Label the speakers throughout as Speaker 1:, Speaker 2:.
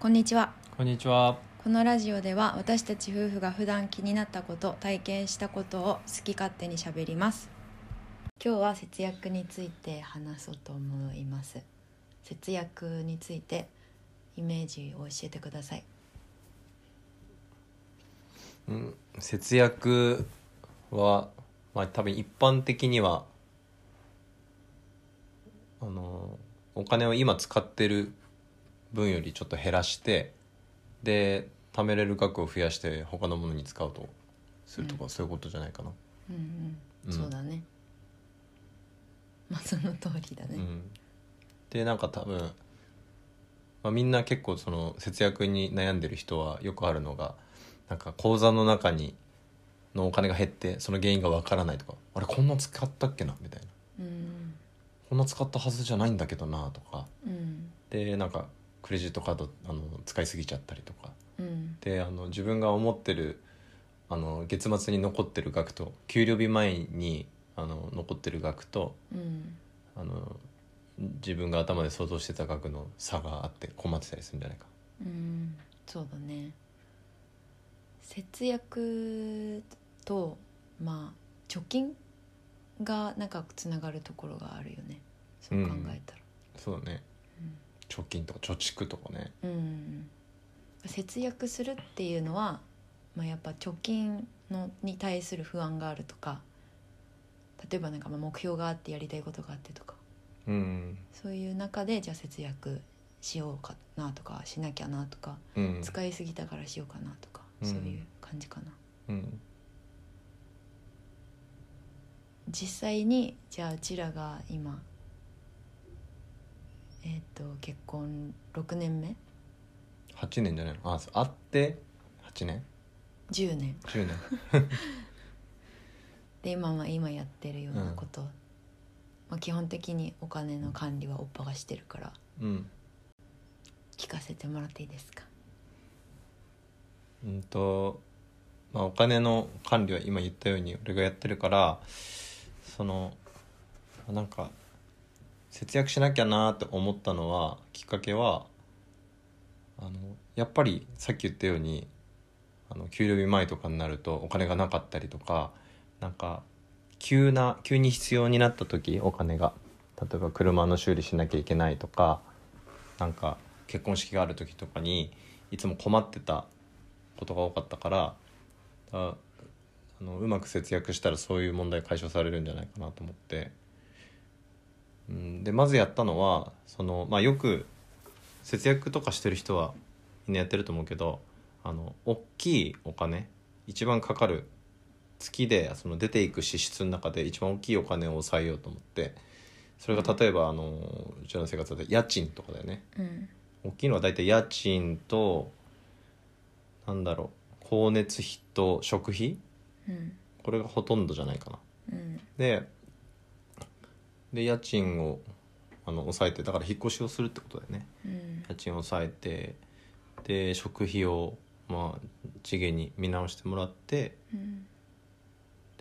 Speaker 1: こんにちは
Speaker 2: こんにちは。
Speaker 1: このラジオでは私たち夫婦が普段気になったこと体験したことを好き勝手にしゃべります今日は節約について話そうと思います節約についてイメージを教えてください
Speaker 2: 節約は、まあ、多分一般的にはあのお金を今使ってる分よりちょっと減らしてで貯めれる額を増やして他のものに使うとするとか、そういうことじゃないかな。
Speaker 1: うんうん、
Speaker 2: うん
Speaker 1: そうだねまあその通りだね、
Speaker 2: うん、でなんか多分、まあ、みんな結構その節約に悩んでる人はよくあるのがなんか口座の中にのお金が減ってその原因がわからないとかあれこんな使ったっけなみたいな
Speaker 1: うん
Speaker 2: こんな使ったはずじゃないんだけどなとか
Speaker 1: うん
Speaker 2: でなんかクレジットカードあの使いすぎちゃったりとか
Speaker 1: うん
Speaker 2: であの自分が思ってるあの月末に残ってる額と給料日前にあの残ってる額と
Speaker 1: うん
Speaker 2: あの自分が頭で想像してた額の差があって困ってたりするんじゃないか
Speaker 1: うんそうだね節約とまあ貯金がなんかつながるところがあるよねそう考えたら
Speaker 2: そうだね貯金とか貯蓄とかね
Speaker 1: うん、うん節約するっていうのは、まあ、やっぱ貯金のに対する不安があるとか例えばなんかまあ目標があってやりたいことがあってとか
Speaker 2: うん、
Speaker 1: そういう中でじゃあ節約しようかなとかしなきゃなとか
Speaker 2: うん
Speaker 1: 使いすぎたからしようかなとか、
Speaker 2: うん
Speaker 1: そういう感じかな
Speaker 2: うん、
Speaker 1: 実際にじゃあうちらが今えっ、と結婚6年目
Speaker 2: 8年じゃないのああって8年
Speaker 1: 10年
Speaker 2: 10年
Speaker 1: で今は今やってるようなこと、まあ、基本的にお金の管理はおっぱがしてるから
Speaker 2: うん
Speaker 1: 聞かせてもらっていいですか
Speaker 2: うんと、まあ、お金の管理は今言ったように俺がやってるからそのなんか節約しなきゃなーって思ったのはきっかけはあのやっぱりさっき言ったようにあの給料日前とかになるとお金がなかったりとかなんか急な急に必要になった時お金が例えば車の修理しなきゃいけないとかなんか結婚式がある時とかにいつも困ってたことが多かったからああのうまく節約したらそういう問題解消されるんじゃないかなと思って、うん、でまずやったのはその、まあ、よく節約とかしてる人はみんなやってると思うけどあの大きいお金一番かかる月でその出ていく支出の中で一番大きいお金を抑えようと思ってそれが例えばあのうちの生活だと家賃とかだよね
Speaker 1: うん
Speaker 2: 大きいのは大体家賃となんだろう光熱費と食費
Speaker 1: うん
Speaker 2: これがほとんどじゃないかな
Speaker 1: うん
Speaker 2: でで家賃をあの抑えてだから引っ越しをするってことだよね
Speaker 1: うん
Speaker 2: 家賃を抑えてで食費をまあ地毛に見直してもらって
Speaker 1: うん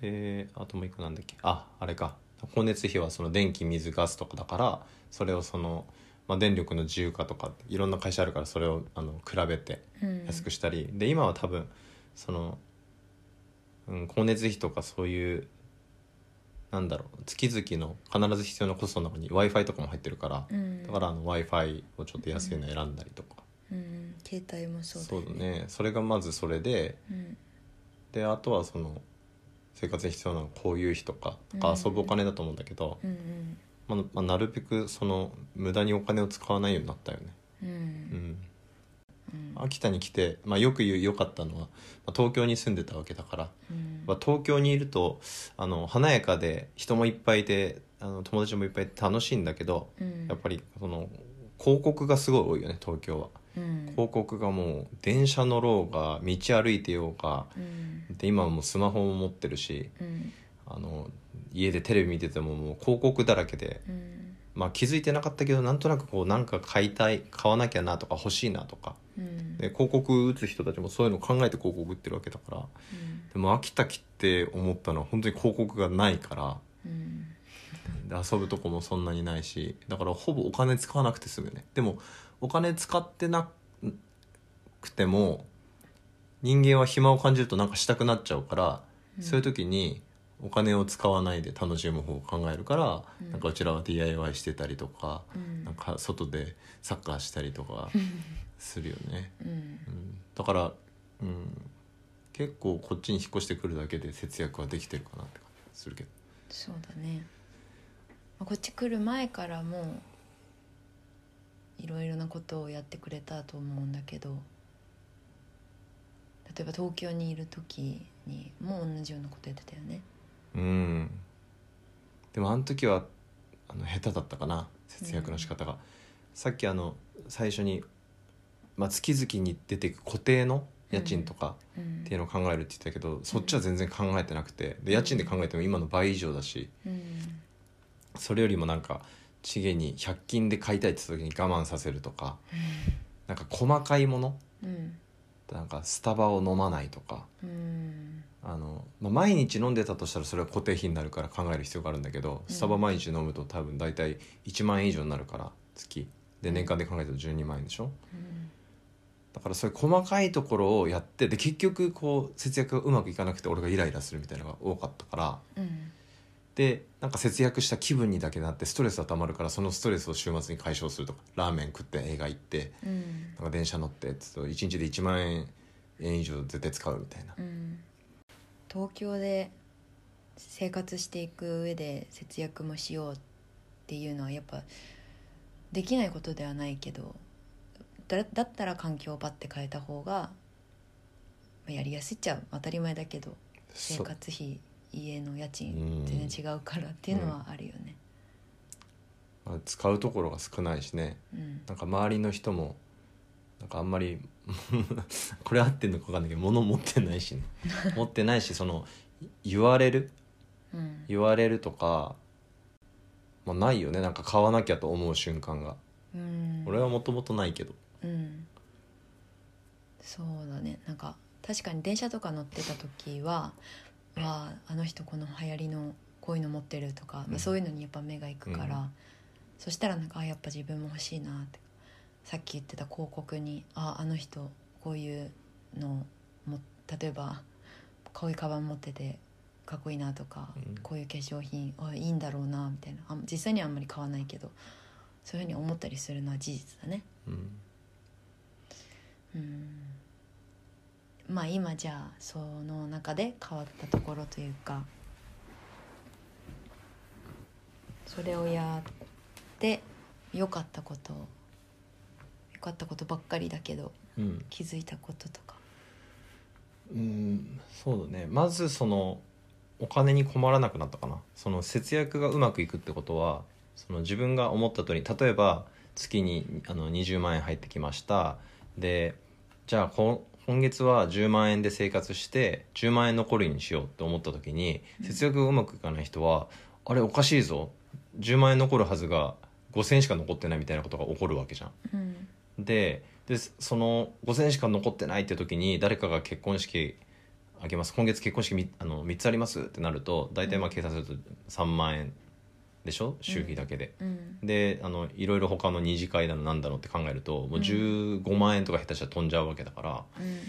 Speaker 2: であともう一個なんだっけああれか光熱費はその電気水ガスとかだからそれをその、まあ、電力の自由化とかいろんな会社あるからそれをあの比べて
Speaker 1: うん
Speaker 2: 安くしたり、で今は多分その、うん、光熱費とかそういうなんだろう月々の必ず必要なコストの中に w i f i とかも入ってるから、
Speaker 1: うん
Speaker 2: だからあの w i f i をちょっと安いの選んだりとか、
Speaker 1: うん携帯もそうだよ
Speaker 2: そうだねそれがまずそれで
Speaker 1: うん
Speaker 2: であとはその生活に必要な交友費とか
Speaker 1: うん
Speaker 2: とか遊ぶお金だと思うんだけど、
Speaker 1: うん
Speaker 2: まあまあ、なるべくその無駄にお金を使わないようになったよね。
Speaker 1: うんう
Speaker 2: うんん
Speaker 1: うん
Speaker 2: 秋田に来て、まあ、よく言う良かったのは、まあ東京に住んでたわけだから、
Speaker 1: うん
Speaker 2: まあ、東京にいるとあの華やかで人もいっぱいであの友達もいっぱいで楽しいんだけど
Speaker 1: うん
Speaker 2: やっぱりその広告がすごい多いよね東京は
Speaker 1: うん
Speaker 2: 広告がもう電車乗ろうが道歩いてようが
Speaker 1: うん
Speaker 2: で今はもうスマホも持ってるし
Speaker 1: うん
Speaker 2: あの家でテレビ見ててももう広告だらけで、
Speaker 1: うん
Speaker 2: まあ、気づいてなかったけどなんとなくこうなんか買いたい買わなきゃなとか欲しいなとか
Speaker 1: うん
Speaker 2: で広告打つ人たちもそういうのを考えて広告打ってるわけだからでも秋田来て思ったのは本当に広告がないから
Speaker 1: うん
Speaker 2: で遊ぶとこもそんなにないしだからほぼお金使わなくて済むよねでもお金使ってなくても人間は暇を感じるとなんかしたくなっちゃうから、
Speaker 1: うん
Speaker 2: そういう時にお金を使わないで楽しむ方を考えるから、
Speaker 1: うん
Speaker 2: なんかうちらは DIY してたりとか、
Speaker 1: うん
Speaker 2: なんか外でサッカーしたり とかするよね。
Speaker 1: うん
Speaker 2: うん、だから、うん、結構こっちに引っ越してくるだけで節約はできてるかなって感じするけど。
Speaker 1: そうだねまあこっち来る前からもういろいろなことをやってくれたと思うんだけど例えば東京にいる時にも同じようなことやってたよね
Speaker 2: うんでもあの時はあの下手だったかな節約の仕方が、さっきあの最初に、まあ、月々に出てく固定の家賃とか
Speaker 1: うん
Speaker 2: っていうのを考えるって言ってたけど、そっちは全然考えてなくてで家賃で考えても今の倍以上だし
Speaker 1: うん
Speaker 2: それよりもなんかチゲに100均で買いたいって言った時に我慢させるとか、なんか細かいもの
Speaker 1: うん
Speaker 2: なんかスタバを飲まないとか
Speaker 1: うん
Speaker 2: あの、まあ、毎日飲んでたとしたらそれは固定費になるから考える必要があるんだけど、
Speaker 1: うん
Speaker 2: スタバ毎日飲むと多分大体1万円以上になるから月で年間で考えると12万円でしょだからそういう細かいところをやってで結局こう節約がうまくいかなくて俺がイライラするみたいなのが多かったから
Speaker 1: うん
Speaker 2: でなんか節約した気分にだけなってストレスがたまるからそのストレスを週末に解消するとかラーメン食って映画行って
Speaker 1: うん
Speaker 2: なんか電車乗ってって言うと1日で1万円以上絶対使うみたいな
Speaker 1: うん東京で生活していく上で節約もしようっていうのはやっぱできないことではないけどだだったら環境をパッて変えた方がまあやりやすいっちゃ当たり前だけど生
Speaker 2: そう
Speaker 1: 活費家の家
Speaker 2: う
Speaker 1: 賃
Speaker 2: ん
Speaker 1: 全然違うからっていうのはあるよね。
Speaker 2: まあ使うところが少ないしね、
Speaker 1: うん
Speaker 2: なんか周りの人もなんかあんまり これ合ってんのか分かんないけど物持ってないしね持ってないしそのい言われる
Speaker 1: うん
Speaker 2: 言われるとか、まあ、ないよねなんか買わなきゃと思う瞬間が
Speaker 1: うん
Speaker 2: 俺はもともとないけど
Speaker 1: うんそうだねなんか確かに電車とか乗ってた時は「わああの人この流行りのこういうの持ってる」とか、
Speaker 2: う
Speaker 1: まあ、
Speaker 2: ん
Speaker 1: そういうのにやっぱ目がいくから、
Speaker 2: う
Speaker 1: そしたらなんかあやっぱ自分も欲しいなってさっき言ってた広告に「ああの人こういうのも例えばこういうカバン持っててかっこいいな」とか、
Speaker 2: うん
Speaker 1: こういう化粧品あいいんだろうな」みたいなあ実際にはあんまり買わないけどそういうふうに思ったりするのは事実だね。
Speaker 2: うん
Speaker 1: うんまあ今じゃあその中で変わったところというかそれをやって良かったこと良かったことばっかりだけど
Speaker 2: うん、
Speaker 1: 気づいたこととか
Speaker 2: うん、そうだねまずそのお金に困らなくなったかなその節約がうまくいくってことはその自分が思った通り例えば月にあの20万円入ってきましたでじゃあこ今月は10万円で生活して10万円残るようにしようって思った時に節約がうまくいかない人は、あれおかしいぞ10万円残るはずが5,000円しか残ってないみたいなことが起こるわけじゃん。
Speaker 1: うん
Speaker 2: ででその5,000円しか残ってないって時に誰かが結婚式あげます今月結婚式みあの3つありますってなると大体まあ計算すると3万円でしょ周期だけで。
Speaker 1: うん
Speaker 2: であのいろいろ他の二次会だのなんだのって考えるともう15万円とか下手したら飛んじゃうわけだから、っ
Speaker 1: うん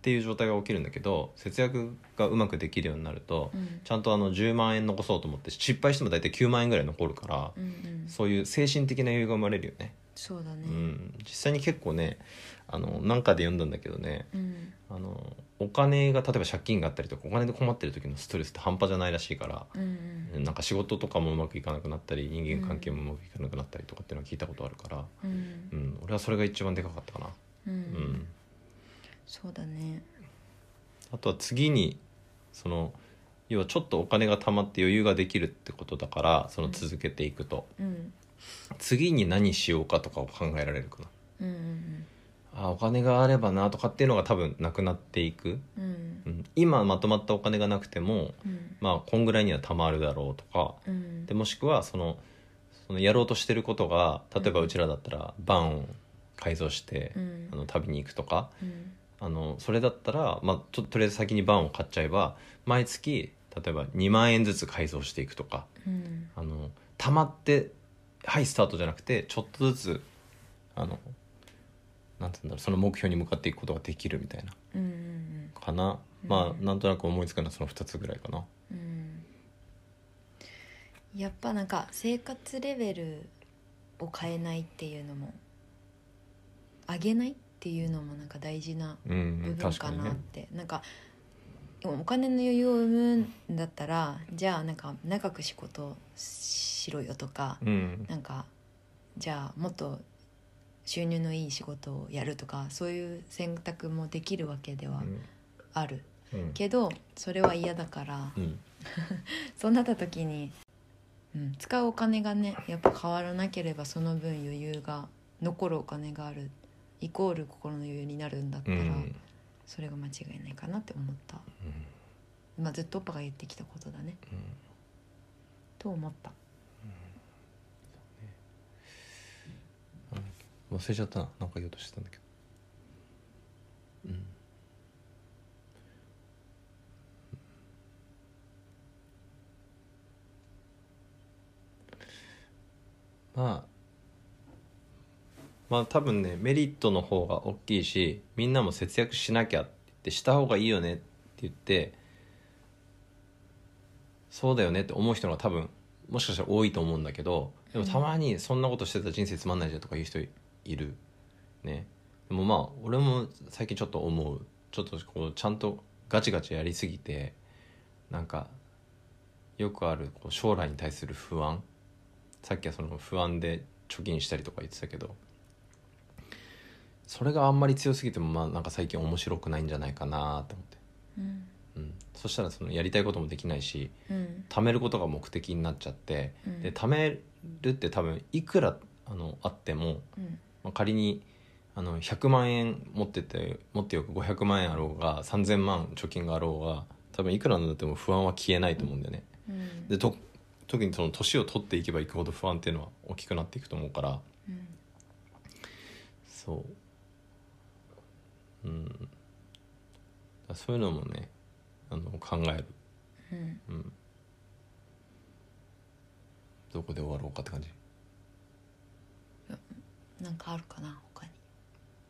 Speaker 2: ていう状態が起きるんだけど節約がうまくできるようになると、
Speaker 1: うん
Speaker 2: ちゃんとあの10万円残そうと思って失敗しても大体9万円ぐらい残るから、
Speaker 1: うんうん
Speaker 2: そういう精神的な余裕が生まれるよね。
Speaker 1: そうだね
Speaker 2: うん、実際に結構ねあのなんかで読んだんだけどね
Speaker 1: うん
Speaker 2: あのお金が例えば借金があったりとかお金で困ってる時のストレスって半端じゃないらしいから、
Speaker 1: うんうん
Speaker 2: なんか仕事とかもうまくいかなくなったり人間関係もうまくいかなくなったりとかっていうのは聞いたことあるから、
Speaker 1: うん
Speaker 2: うん俺はそれが一番でかかったかな。
Speaker 1: う
Speaker 2: うん
Speaker 1: んそうだね
Speaker 2: あとは次にその要はちょっとお金が貯まって余裕ができるってことだからその続けていくと、
Speaker 1: うん
Speaker 2: 次に何しようかとかを考えられるかな。
Speaker 1: うんうん
Speaker 2: あお金があればなとかっていうのが多分なくなっていく
Speaker 1: うんうん
Speaker 2: うん今まとまったお金がなくても
Speaker 1: うん
Speaker 2: まあこんぐらいには貯まるだろうとか
Speaker 1: うん
Speaker 2: でもしくはそのそのやろうとしてることが例えば
Speaker 1: うん
Speaker 2: うちらだったらバンを改造して、
Speaker 1: うん
Speaker 2: あの旅に行くとか
Speaker 1: うん
Speaker 2: あのそれだったら、まあ、ちょっととりあえず先にバンを買っちゃえば毎月例えば2万円ずつ改造していくとか
Speaker 1: うん
Speaker 2: あの溜まってはいスタートじゃなくてちょっとずつあのななんて言うんだろうその目標に向かっていくことができるみたいな
Speaker 1: うんうん
Speaker 2: かな、
Speaker 1: うん
Speaker 2: まあなんとなく思いつくのはその2つぐらいかな
Speaker 1: うんうんやっぱなんか生活レベルを変えないっていうのも上げないっていうのもなんか大事な
Speaker 2: うん、う
Speaker 1: 部
Speaker 2: ん、
Speaker 1: 分
Speaker 2: 確
Speaker 1: か
Speaker 2: かに
Speaker 1: なっ
Speaker 2: ね
Speaker 1: て、なんかお金の余裕を生むんだったらじゃあなんか長く仕事をしろよとか、
Speaker 2: うん
Speaker 1: なんかじゃあもっと収入のいい仕事をやるとかそういう選択もできるわけではある、
Speaker 2: うんうん
Speaker 1: けどそれは嫌だから、
Speaker 2: うん
Speaker 1: そうなった時に、うん、使うお金がねやっぱ変わらなければその分余裕が残るお金があるイコール心の余裕になるんだった
Speaker 2: う
Speaker 1: ら。
Speaker 2: ん
Speaker 1: それが間違いないかなって思った、
Speaker 2: うん
Speaker 1: まあ、ずっとパパが言ってきたことだねと思った
Speaker 2: うん忘れちゃったななんか言おうとしてたんだけどうんまあまあ多分ねメリットの方が大きいしみんなも節約しなきゃって言ってした方がいいよねって言ってそうだよねって思う人が多分もしかしたら多いと思うんだけどでもたまにそんなことしてたら人生つまんないじゃんとか言う人いるねでもまあ俺も最近ちょっと思うちょっとこうちゃんとガチガチやりすぎてなんかよくあるこう将来に対する不安さっきはその不安で貯金したりとか言ってたけどそれがあんまり強すぎてもまあなんか最近面白くないんじゃないかなと思って、
Speaker 1: うん
Speaker 2: うん、そしたらそのやりたいこともできないし
Speaker 1: うん
Speaker 2: 貯めることが目的になっちゃって
Speaker 1: うん
Speaker 2: で貯めるって多分いくらあのあっても、
Speaker 1: うん
Speaker 2: まあ、仮にあの100万円持ってて持ってよく500万円あろうが3,000万貯金があろうが多分いくらなんだっても不安は消えないと思うんだよね。
Speaker 1: うん
Speaker 2: でと特にその年を取っていけばいくほど不安っていうのは大きくなっていくと思うから
Speaker 1: うん
Speaker 2: そううんだからそういうのもねあの考える、
Speaker 1: うん
Speaker 2: うん、どこで終わろうかって感じ
Speaker 1: なんかあるかな他に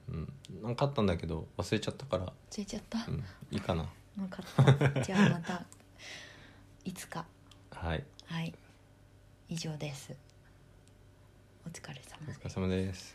Speaker 2: うん、なんかあったんだけど忘れちゃったから、
Speaker 1: ついちゃった
Speaker 2: うん、いいかな
Speaker 1: なかった じゃあまたいつか
Speaker 2: はい
Speaker 1: はい以上ですお疲れ様
Speaker 2: お疲れ様です